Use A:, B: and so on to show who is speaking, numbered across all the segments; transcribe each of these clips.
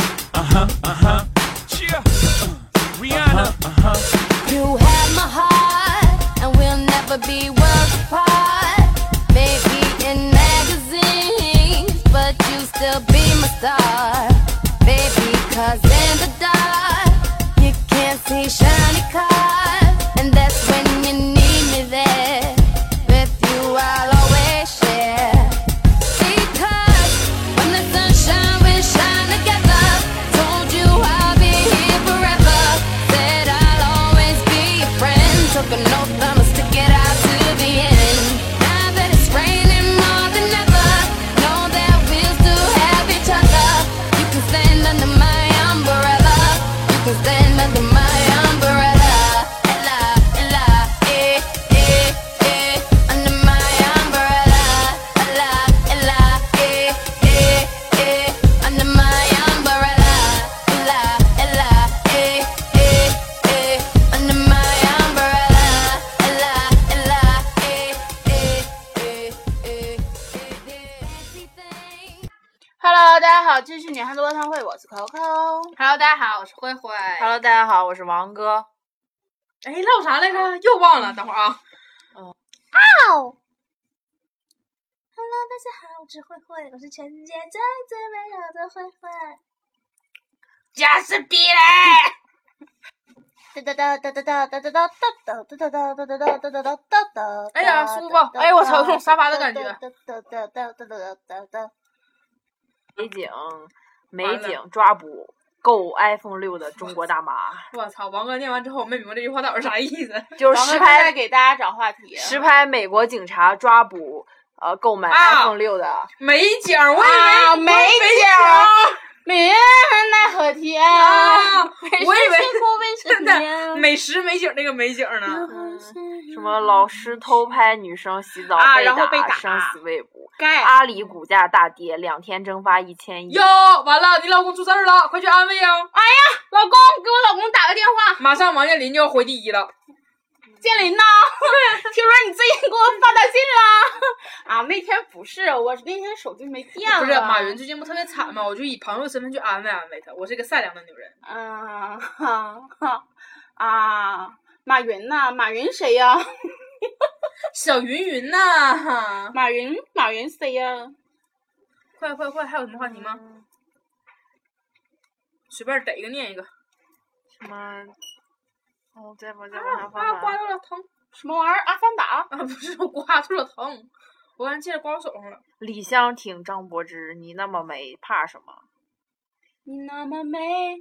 A: huh, uh huh. Cheer. Rihanna. Uh huh.
B: You have my heart, and we'll never be worlds apart. Maybe in magazines, but you still be my star. Baby, cause in the dark, you can't see shiny cars. And that's when you need me there. With you, I'll always share. Because when the sunshine we shine together, told you I'll be here forever. Said I'll always be your friend. Took an oath I'ma stick it out to the end. Now that it's raining more than ever, know that we'll still have each other. You can stand under my umbrella. You can stand under my umbrella. Ella, Ella, eh, eh, eh, under my umbrella. Ella, Ella, eh, eh, eh, under my umbrella. Ella, Ella, eh, eh, eh, under my umbrella. Ella, Ella, eh, eh, eh, eh, everything.
C: Hello，大家好，这是女汉子卧谈会，我是 Coco。
D: Hello，大家好，我是慧慧。
C: Hello，大家好，我是王哥。
D: 哎，唠啥来着？又忘了，等会儿啊。
E: Hello，大家好，我是慧慧，我是全世界最最美好的慧慧。
D: 加斯比嘞！
E: 哒哒哒哒哒哒哒哒哒哒哒哒哒哒哒哒哒哒哒哒。
D: 哎呀舒服哎我操有种沙发的感觉
E: 哒哒哒哒哒哒哒哒。
C: 美景，美
D: 完了
C: 景抓捕购 iPhone 六的中国大妈，
D: 我操，王哥念完之后，我没明白这句话到底是啥意思。
C: 就是
D: 王哥
C: 实
D: 现在
C: 拍
D: 给大家找话 题
C: 实拍美国警察抓捕呃购买
D: 啊
C: iPhone 六 的，
D: 美景，我以为、
C: 啊
D: 美
C: 美景
D: 美人奈何天啊！我以 为真的美食美景那个美景呢。
C: 什么老师偷拍女生洗澡
D: 啊
C: 被哎
D: 然后被打
C: 生死未卜，
D: 该
C: 阿里股价大跌，两天蒸发一千亿
D: 哟。，完了，你老公出事儿了，快去安慰啊！哎呀，
C: 老公， 给我老公打个电话。
D: 马上王健林就要回第一了。
C: 建林呐，听说你最近给我发短信 啦？啊，那天不是，我那天手机没电了。
D: 不是马云最近不特别惨吗？我就以朋友身份去安慰安慰他，我是一个善良的女人。
F: 啊哈哈啊！马云呐、马云谁呀、
D: 小云云呐、
F: 马云，马云谁呀、
D: 快快快，还有什么话题吗？随便逮一个念一个。
C: 什么？哦，再往再往
D: 啊
C: 上翻
D: 啊！刮
C: 翻。
D: 着了疼
F: 什么玩意儿？阿凡达？
D: 啊！不是刮着了疼，我刚才接着刮我手上了。
C: 李湘挺张柏芝，你那么美，怕什 么？
F: 你那么美，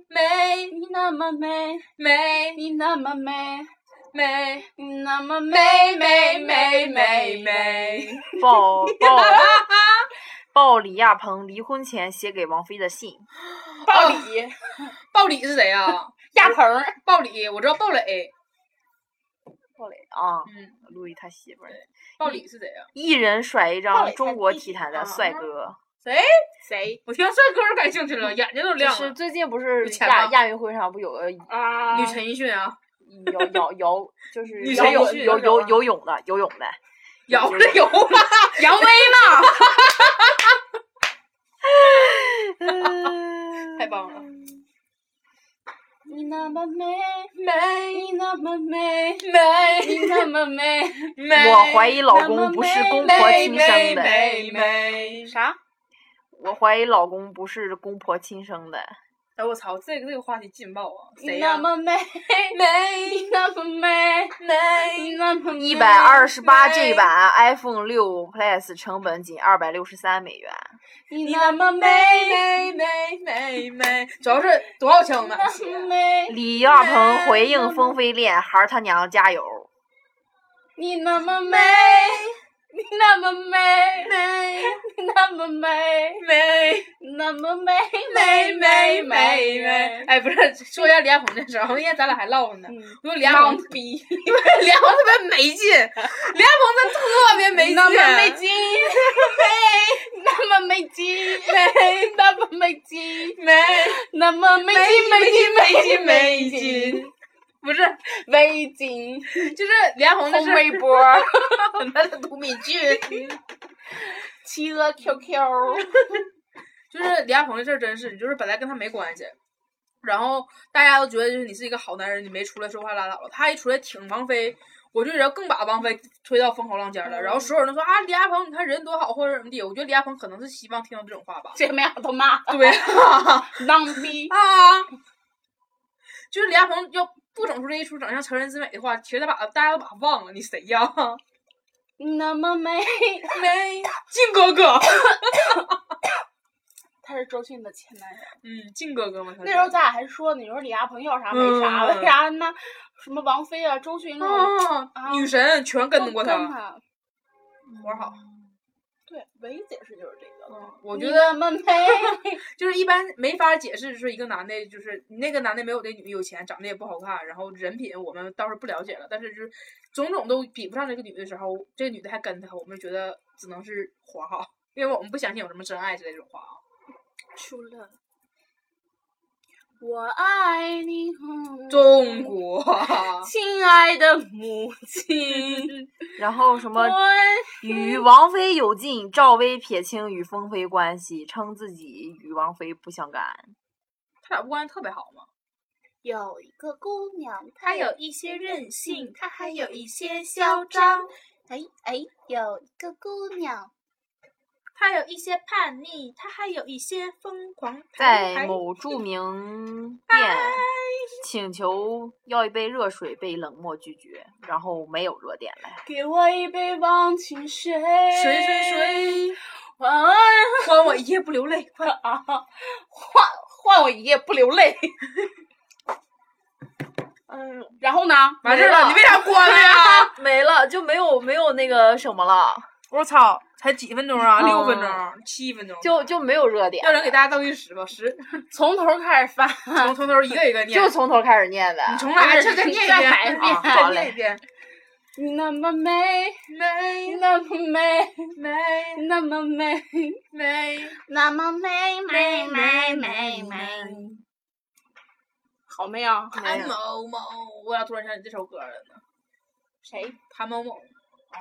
D: 没
F: 你那么美，
D: 没
F: 你那么美，
D: 没
F: 你那么美
D: 没没
F: 美
D: 没
F: 美美
D: 没
F: 美。
D: 没。
C: 鲍鲍 鲍李亚鹏离婚前写给王菲的信，
F: 鲍里、
D: 鲍里是谁 啊？
F: 亚鹏儿，
D: 鲍里，我知道鲍磊。
C: 鲍蕾啊，
D: 嗯，
C: 路易他媳妇儿。
D: 鲍里是谁啊？
C: 一人甩一
F: 鲍
C: 张
F: 蕾
C: 中
F: 她
C: 国
F: 弟弟
C: 体坛的
F: 啊
C: 帅哥，
D: 谁？
F: 谁
D: 我听到帅哥都感兴趣了，眼睛都
C: 就
D: 亮
C: 是
D: 了。
C: 最近不是
D: 有钱
C: 亚
D: 吗
C: 亚运会上不有个
F: 啊？
D: 女陈奕迅啊，
C: 摇摇摇，就是
D: 女
C: 摇滚
D: 神游
C: 游
D: 戏
C: 游
D: 是吧
C: 游泳的游泳的，
D: 摇着摇啊，
F: 杨威嘛？
D: 太棒了！
F: 你那么美，
D: 没
F: 你那么美，
D: 没
F: 你那么美。
D: 没。
C: 我怀
D: 疑
C: 疑老公不是公婆
D: 没
C: 亲生
D: 没
C: 的，
D: 没没。
F: 啥？
C: 我怀疑老公不是公婆亲生的。
D: 哎，我操，这个这个话题劲爆啊！
F: 你
D: 谁呀
F: 那？么美，
D: 没
F: 你那么美，
D: 没。
F: 你那么美
C: 一百二十八
D: 没
C: G 版 iPhone 六 Plus 成本仅二百六十三美元，
F: 你那么美，
D: 美美美美，主要是多少钱我买
F: 那
D: 鞋？
F: 么美，
C: 李亚鹏回应风飞恋，孩儿他娘加油！
F: 你那么美，你那么美，美，你那么美，
D: 美
F: 你那么美，
D: 美美美美！，哎，不是，说一下李亚鹏的事儿，那天咱俩还唠呢。我说李亚鹏嗯 逼，因为李亚鹏特别没劲，李亚鹏他特别没
F: 你
D: 劲，啊
F: 那么美金，美，你那么美金，美，那么美金，
D: 没
F: 那么美金，
D: 没
F: 美金，
D: 没
F: 美
D: 劲没
F: 金，美
D: 劲
F: 金，，
D: 不是，
F: 美金，
D: 就是李亚鹏的
F: 红
D: 事
F: 微
D: 儿，
F: 博，
D: 他的毒敏俊，
F: 企鹅 QQ。
D: 就是李亚鹏的事儿，真是就是本来跟他没关系，然后大家都觉得就是你是一个好男人，你没出来说话拉倒了。他一出来挺王菲，我就觉得更把王菲推到风口浪尖了。然
G: 嗯
D: 后所有人都说啊，李亚鹏你看人多好，或者怎么地。我觉得李亚鹏可能是希望听到这种 话吧。
G: 姐妹俩都骂他
D: 对
G: 浪逼。
D: 啊，就是李亚鹏要不整出这一出长相成人之美的话，其实他把大家都把他忘了，你谁呀？
G: 那么美，
D: 没 靖哥哥，
G: 他是周迅的前男友。
D: 嗯，靖哥哥嘛，他
G: 那
D: 是
G: 时候咱俩还说呢，你说李亚鹏要啥没啥，
D: 嗯
G: 为啥那什么王菲啊、周迅这种
D: 啊，
G: 啊
D: 女神全
G: 都
D: 跟过
G: 他。
D: 他，活好。
G: 对，唯一解释就是这个。
D: 我
G: 你
D: 觉得
G: 那么美，
D: 就是一般没法解释，说一个男的，就是那个男的没有这女的有钱，长得也不好看，然后人品我们倒是不了解了，但是就是种种都比不上这个女的时候，这个女的还跟他，我们觉得只能是活好，因为我们不相信有什么真爱之类这种话啊。
G: 输了。我爱你，
F: 哦
G: 嗯
D: 中 国，
G: 亲爱的母 亲。
C: 然后什么
G: 我
C: 与王菲有近，赵薇撇清与风妃关系，称自己与王菲不相干。
D: 他俩不关系特别好吗？
F: 有一个姑娘，
H: 她有
F: 一些任
H: 性
F: 她还有一些
H: 嚣张。
F: 哎哎，有一个姑娘，
H: 她有一些叛逆，她还有一些疯狂。
C: 在某著名店请求要一杯热水，被冷漠拒绝，然后没有热点了。
G: 给我一杯忘情水，
D: 谁谁谁，
G: 晚
H: 啊
G: 安。
D: 还我一夜不流泪， 快！
G: 啊，换换我一夜不流泪。嗯，然后呢？
D: 完事儿了，你为啥关了呀？
C: 没了，就没有没有那个什么了，
D: 我操，才几分钟啊？
C: 嗯
D: 六分钟，七分钟，
C: 就就没有热点了，
D: 要人给大家倒计时吧，十，
G: 从头开始翻。
D: 从啊 从头一个一个念，
C: 就从头开始念呗。
D: 你从哪儿
G: 这个念
D: 念一
G: 一
D: 遍，
G: 遍
D: 啊
C: 好嘞
D: 念一遍。
G: 你那么美，美，那么美，美，那么美，美，
F: 那么美美美美美。
G: 好美啊！
D: 谭某某，我咋突然想起这首歌了呢？
G: 谁？
D: 谭某某，哦，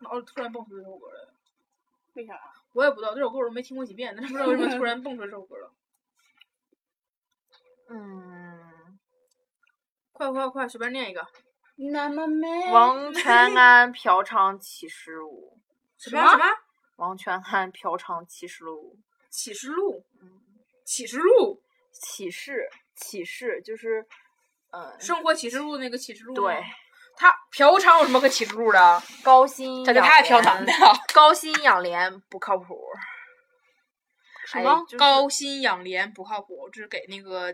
D: 脑子突然蹦出这首歌来了，
G: 为啥？
D: 我也不知道这首歌我都没听过几遍，但是不知道为什么突然蹦出这首歌了。
C: 嗯，
D: 快快快，随便念一个，
G: 那么美，
C: 王全安嫖娼启示录，
D: 什么什么
C: 王全安嫖娼启示录，
D: 启示录，启示录，
C: 启示启示就是，嗯，
D: 生活启示录那个启示录吗。
C: 对，
D: 他嫖娼有什么可启示录的？
C: 高薪
D: 他
C: 养
D: 这
C: 廉，
D: 太嫖娼了。
C: 高薪养廉不靠谱。
D: 什
C: 哎
D: 么、
C: 就是
D: 高薪养廉不靠谱？就是给那个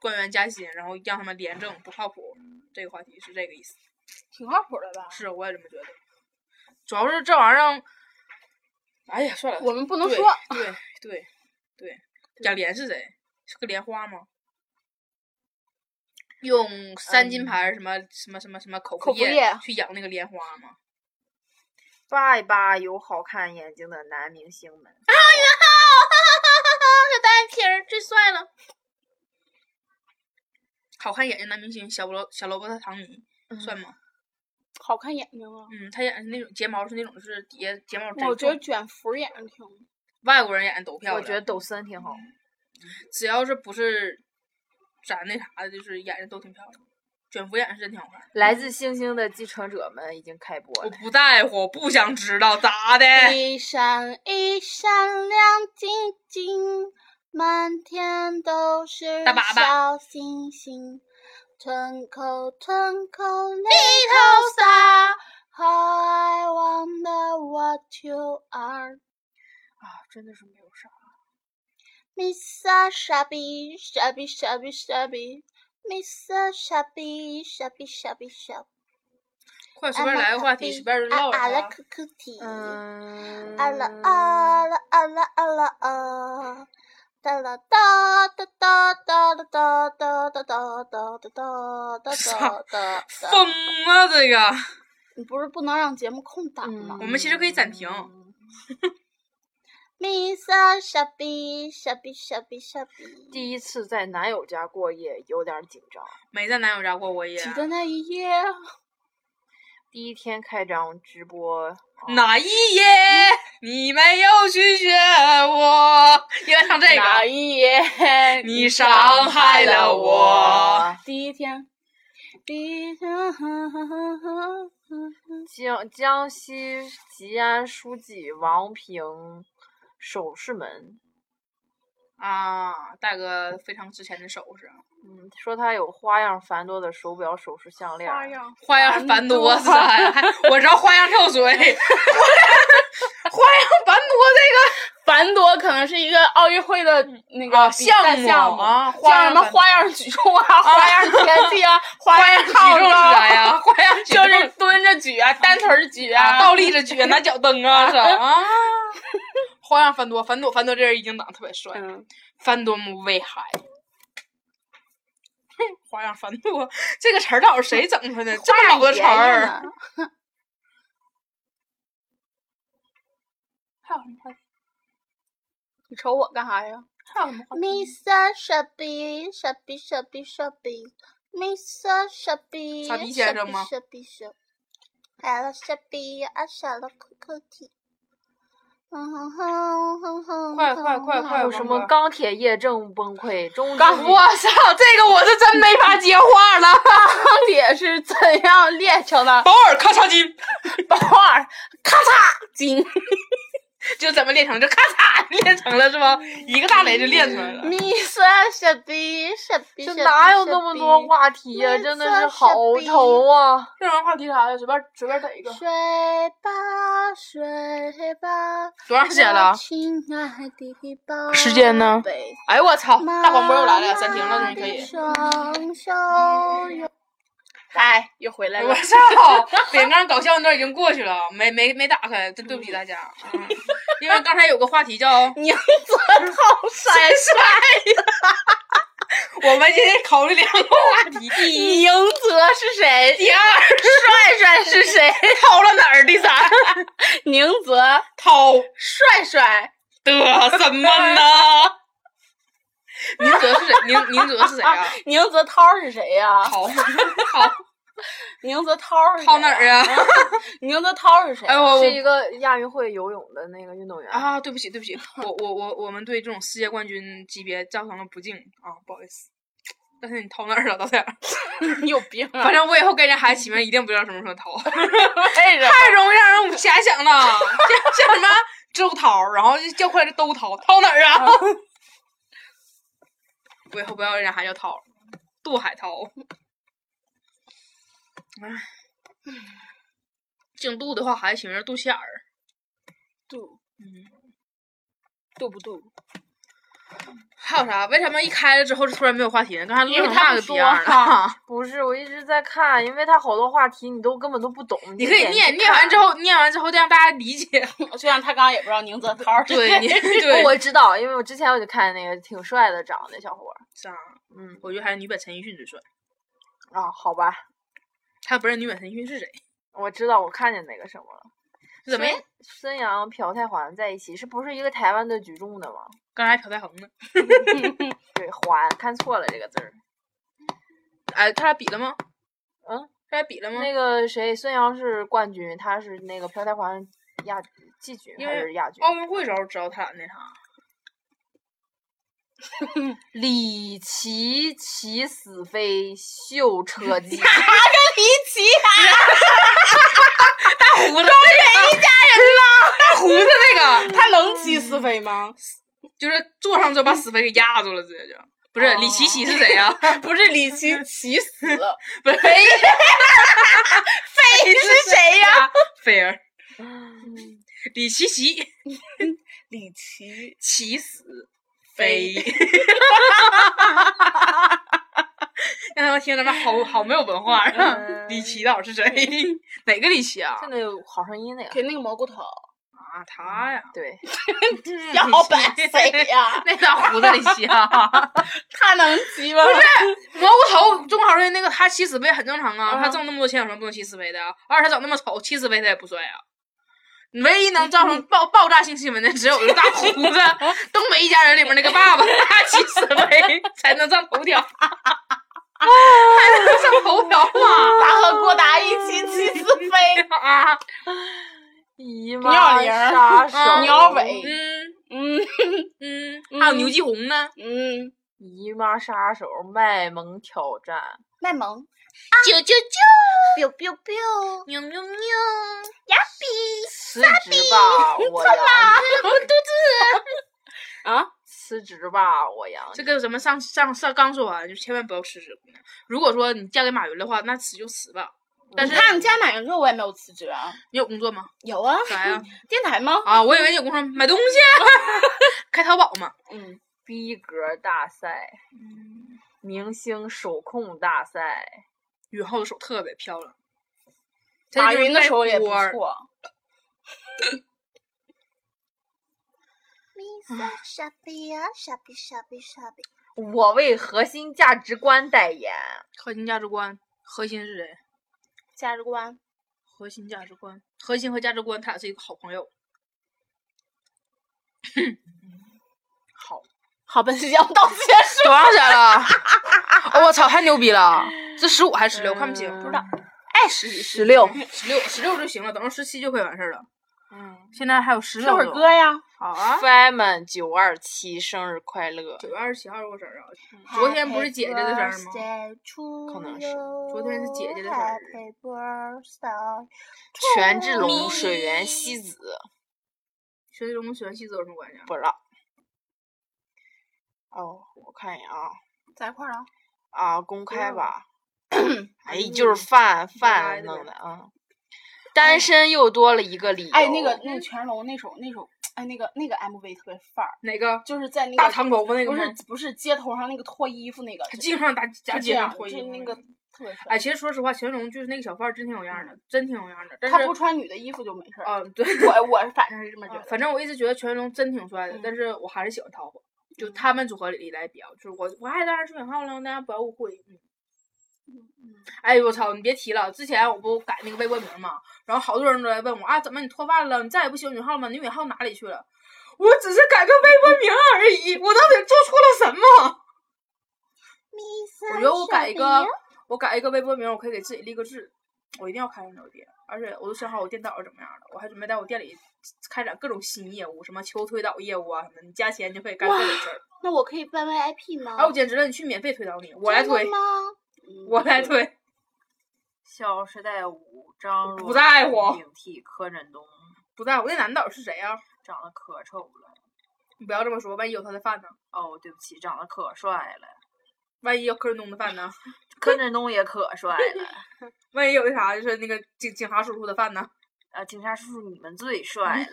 D: 官员加薪，然后让他们廉政不靠谱。这个话题是这个意思。
G: 挺靠谱的吧？
D: 是，我也这么觉得。主要是这玩意儿让，哎呀，算了，
G: 我们不
D: 不
G: 能说。
D: 对对对，雅莲是谁？是个莲花吗？用三金牌儿什么、什么什么什么口
G: 口
D: 服
G: 服液
D: 去养那个莲花吗？
C: 扒一扒有好看眼睛的男明星们，
H: 这单撇儿最帅了。
D: 好看眼睛男明星小萝小萝卜特唐尼、算吗？
G: 好看眼睛啊！
D: 嗯，他演的那种睫毛是那种就是底下睫毛
G: 我觉得
D: 真重
G: 卷福眼睛挺
D: 外国人演的都漂
C: 我
D: 亮。
C: 觉得抖森挺好。
D: 只要是不是咱那啥的，就是演的都挺漂亮。卷福演是真挺好看的。
C: 来自星星的继承者们已经开播
D: 我
C: 了。
D: 嗯不在乎，我不想知道咋的。
F: 一闪一闪亮晶晶，满天都是
D: 大粑粑
F: 小星星。村口村口里头撒，How I wonder what you are。
D: 啊，真的是没有啥。
F: Miss a shabby shabby shabby shabby。Miss a shabby shabby shabby shabby。
D: 快随便来个话题，随便唠
F: 啊啊
D: 着
F: 了
D: 吧。
F: 可可提。
C: 嗯，
F: 啊啦啊啦啊啦啊啦啊！哒啦哒哒哒哒啦哒哒哒哒哒哒哒哒哒哒哒。
D: 疯啊，这个！
G: 你不是不能让节目空档吗？
C: 嗯
D: 我们其实可以暂停。
F: 米萨傻逼傻逼傻逼傻逼。
C: 第一次在男友家过夜有点紧张，
D: 没在男友家过过夜。
G: 挤的那一夜，
C: 第一天开张直播，
D: 哪一夜嗯你没有拒绝我？应该唱这
G: 哪
D: 个。啊
G: 一夜
D: 你伤害了我，
G: 第一天，第一天，
C: 江江西吉安书记王平首饰门，
D: 啊，大哥非常值钱的首饰，啊
C: 嗯，说他有花样繁多的手表、首饰、项链儿。
G: 花 样
D: 花样繁多是啥呀？还我知道花样 跳水，花样花样繁多
G: 繁多可能是一个奥运会的那
D: 这个
G: 个
D: 啊
G: 比赛项
D: 目啊，
G: 像什么
D: 繁
G: 花样举重啊、花样田径 啊、花
D: 花样
G: 样
D: 举重
G: 跳
D: 是
G: 啊
D: 啥 呀？花样举
G: 就
D: 重
G: 是蹲着举啊，单腿儿举
D: 啊，
G: 啊，
D: 倒立着举，拿脚蹬啊，是 吧啊。花样繁多，繁多，繁多这人已经长得特别帅，
G: 嗯
D: 繁多么威海。 花样繁多这个词儿到底谁整出来 的？这么老的词
G: 爷爷
D: 儿
G: 呢，还有什么话题？你瞅我干啥呀？还有什么话题？
F: Misa 傻逼傻逼傻逼傻逼，Misa 傻逼
D: 傻逼先生吗
F: 傻逼傻逼傻逼，来了傻逼哎啊傻了扣扣体，嗯哼哼哼哼，
D: 快快快快
C: 还有
D: 王
C: 什么
D: 哥
C: 钢铁业正崩溃，中
D: 刚我操，这个我是真没法接 话了。
G: 钢铁是怎样炼成的？
D: 保尔咔嚓金
G: 宝二咔嚓金，
D: 就怎么练成，就咔嚓 练成了是吧？一个大雷就练出来了。
F: 米莎傻逼傻逼，
C: 这
F: 傻逼
C: 哪有
F: 傻
C: 那么
F: 逼
C: 多话题呀、
F: 那
C: 真的
F: 算
C: 是
F: 是
C: 好
F: 比
C: 愁啊！
D: 哦
G: 正常话题啥的，随便随便逮一个。
F: 睡吧，睡吧，
D: 多长时间了啊
F: 我？亲爱的宝贝，
D: 时间呢哎呦我操！大广播又来了，暂停了，
F: 妈妈
D: 终于可以嗯
F: 的。双手拥
G: 嗨，又回来
D: 我
G: 了。
D: 操！点杠搞笑那段已经过去了，没没没打开，真对不起 大家。嗯因为刚才有个话题 叫
G: 宁泽涛山帅，
D: 我们今天考虑两个话题，第一、
G: 宁泽是谁？
D: 第二，
G: 帅帅是谁？
D: 掏了哪儿？第三，
G: 宁泽
D: 掏
G: 帅帅，
D: 的什么呢？ 宁泽是谁？宁宁泽是谁 啊？
G: 宁泽涛是谁呀、
D: 掏 掏
G: 宁泽涛是
D: 掏哪儿
G: 啊？
D: 啊？
G: 宁泽涛是谁？
D: 哎我我
C: 是一个亚运会游泳的那个运动员，
D: 啊，对不起对不起，我我我我们对这种世界冠军级别造成了不敬啊，不好意思。但是你掏哪儿了，导演？
G: 你有病啊！
D: 反正我以后跟人孩子起名一定不知道什么时候 掏。
G: 为什么？
D: 太容易让人遐想了，像像什么周涛，然后就叫过来就都涛，涛哪儿啊？ 我以后不要人家还叫涛，杜海涛。唉，姓杜的话，还起名杜希尔。
G: 度，度不度？
D: 还有啥？为什么一开了之后就突然没有话题呢？刚才录
G: 因为
D: 成
G: 他不
D: 那个逼
G: 说
D: 样了。
C: 不是我一直在看，因为他好多话题你都根本都不懂。
D: 你
C: 就
D: 可以
C: 点
D: 念
C: 去
D: 念完
C: 看
D: 之后，念完之后再让大家 理解。
G: 就像他刚刚也不知道宁泽涛是
D: 对，你
G: 谁。
D: 对
C: 哦我知道，因为我之前我就看那个挺帅的长得小伙儿，
D: 啥？
C: 嗯
D: 啊我觉得还是女版陈奕迅最帅。
C: 啊，好吧，
D: 他不认女版陈奕迅是谁？
C: 我知道，我看见那个什么了，
D: 是怎么样？
C: 孙杨、朴泰桓在一起，是不是一个台湾的举重的吗？
D: 刚才还朴泰恒呢。
C: 对，桓看错了这个字儿。
D: 哎，他俩比了吗？
C: 嗯，
D: 他俩比了吗？
C: 那个谁，孙杨是冠军，他是那个朴泰桓亚季军
D: 因
C: 还
D: 为哦
C: 是亚军？
D: 奥运会时候知道他俩那啥，
C: 李琦起死飞秀车技，
D: 大胡子，都是一家人了。大胡子那个，
G: 他能起是非吗？
D: 就是坐上之后把死飞给压住了，直接就。不是李琦琦是谁呀、
G: 哦 不是李琦 起死，
D: 不 是，飞
G: 你是谁嗯呀？
D: 菲儿，李琦琦
G: 李琦
D: 起死飞。 让他们听咱们好好没有文化
G: 嗯
D: 啊！李琦到底 是谁？哪个李琦啊？
C: 就那个好声音那个。
G: 给那个蘑菇 头，
D: 啊，他呀，
C: 对，
G: 小白谁呀？
D: 那大胡子李琦啊。
G: 他能骑吗？
D: 蘑菇头中考生那个他起死飞很正常啊，他挣那么多钱有什么不能起死飞的啊？而且他长那么丑，起死飞他也不帅啊。唯一能造成爆爆炸性新闻的，只有一个大胡子东北一家人里面那个爸爸，他起死飞才能上头条，还能上头条吗？
G: 他和郭达一起起死飞飞啊，
C: 姨
G: 妙
C: 妈
G: 龄儿
C: 杀手，
G: 鸟尾，
D: 嗯
G: 嗯
D: 嗯，还有牛继红呢，
G: 嗯，
C: 姨妈杀手卖萌挑战，
G: 卖萌，
F: 啾啾啾，biu biu biu，
D: 喵喵喵，
F: 呀比，
C: 辞职吧，我养你，
G: 啊，
C: 辞职吧，我养
D: 这
C: 你。
D: 个咱们上上上刚说完，就千万不要吃这姑娘。如果说你嫁给马云的话，那辞就辞吧。但
G: 你
D: 是
G: 看加满人之后我也没有辞职啊，
D: 你有工作吗？
G: 有啊，
D: 啥呀？
G: 电台吗？
D: 啊，我以为你有工作，买东西，开淘宝嘛。
G: 嗯，
C: 逼格大赛，明星手控大赛，
D: 雨浩的手特别漂亮，
G: 马云的手也不
D: 她就是卖花儿。
G: 错，
F: 米
G: 啊
F: 莎傻逼呀，傻逼傻逼傻逼，
C: 我为核心价值观代言。
D: 核心价值观，核心是谁？
G: 价值观，
D: 核心价值观，核心和价值观，他俩是一个好朋友。
G: 好，本期节目到此结束，
D: 多少 钱了？哦我操，太牛逼了！这十五还是十六？看不清，不知道。
G: 嗯哎，十几
C: 十六，
D: 十六，十六就行了，等到十七就可以完事儿了。
C: 嗯
D: 现在还有十
G: 这
D: 六
G: 会儿歌呀，
D: 好啊。
C: ，Femen 九二七生日快乐！
D: 九月二十七号是我生日啊！
G: 嗯
D: 昨天不是姐姐的生日吗？
F: 吗
C: 可能是
F: 昨
D: 天是姐姐的生日
C: 权志龙、水原希子，
D: 学习中喜欢西子有什么关系啊？
C: 不知道。哦，我看一眼啊
G: 在一块儿啊，
C: 啊，公开吧。 哎，
D: 嗯
C: 就是范
D: 来
C: 范
D: 的呗
C: 弄的啊。单身又多了一个理由。
G: 哎，那个那个全龙那首那首，哎，那个那个 MV 特别范儿，
D: 哪个？
G: 就是在那
D: 大
G: 个
D: 长头发那个
G: 不
D: 吗
G: 是不是街头上那个脱衣服那个，
D: 他
G: 就
D: 经常打假
G: 就这
D: 街
G: 样，
D: 上脱
G: 就
D: 衣
G: 是
D: 服
G: 那个特别帅
D: 哎，。其实说实话，乾隆就是那个小范儿，真挺有样儿的，真挺有样儿的。但是
G: 嗯他不穿女的衣服就没事儿。
D: 啊，对，
G: 我我是反正是这么觉
D: 啊
G: 得。
C: 嗯
G: 嗯
D: 反正我一直觉得乾隆真挺帅的，但是我还是喜欢桃花。就他们组合里来比较，就是我我还是当然是允浩了，大家不要误会。嗯
G: 嗯
D: 哎呦我操！你别提了，之前我不改那个微博名嘛，然后好多人都来问我啊，怎么你脱发了？你再也不喜欢允浩了吗？你允浩哪里去了？我只是改个微博名而已，我到底做错了什么？我觉得我
F: 啊
D: 改一个，我改一个微博名，我可以给自己立个志，我一定要开上手店，而且我都想好我店导是怎么样的，我还准备在我店里开展各种新业务，什么求推导业务啊什么，你加钱就可以干各种事儿。
F: 那我可以办 VIP 吗？
D: 哎，我简直了，你去免费推导你，我来
F: 哦真的
D: 推，
F: 吗？嗯
D: 我来推，
C: 小时代五张
D: 不
C: 若
D: 在
C: 昀
D: 乎
C: 顶替柯震东，
D: 不在乎。那男导是谁啊？
C: 长得可丑了。
D: 你不要这么说，万一有他的饭呢？
C: 哦，对不起，长得可帅了。
D: 万一有柯震东的饭呢？
C: 柯震东也可帅了。
D: 万一有那啥，就是那个警警察叔叔的饭呢？
C: 啊，警察叔叔你们最帅了。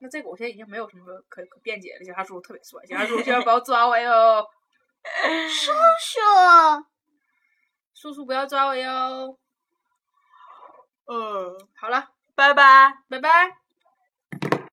D: 那这个我现在已经没有什么可可辩解了。警察叔叔特别帅，警察叔叔千万不要抓我哟，
F: 是
D: 叔叔不要抓我哟。
C: 嗯。
D: 好了，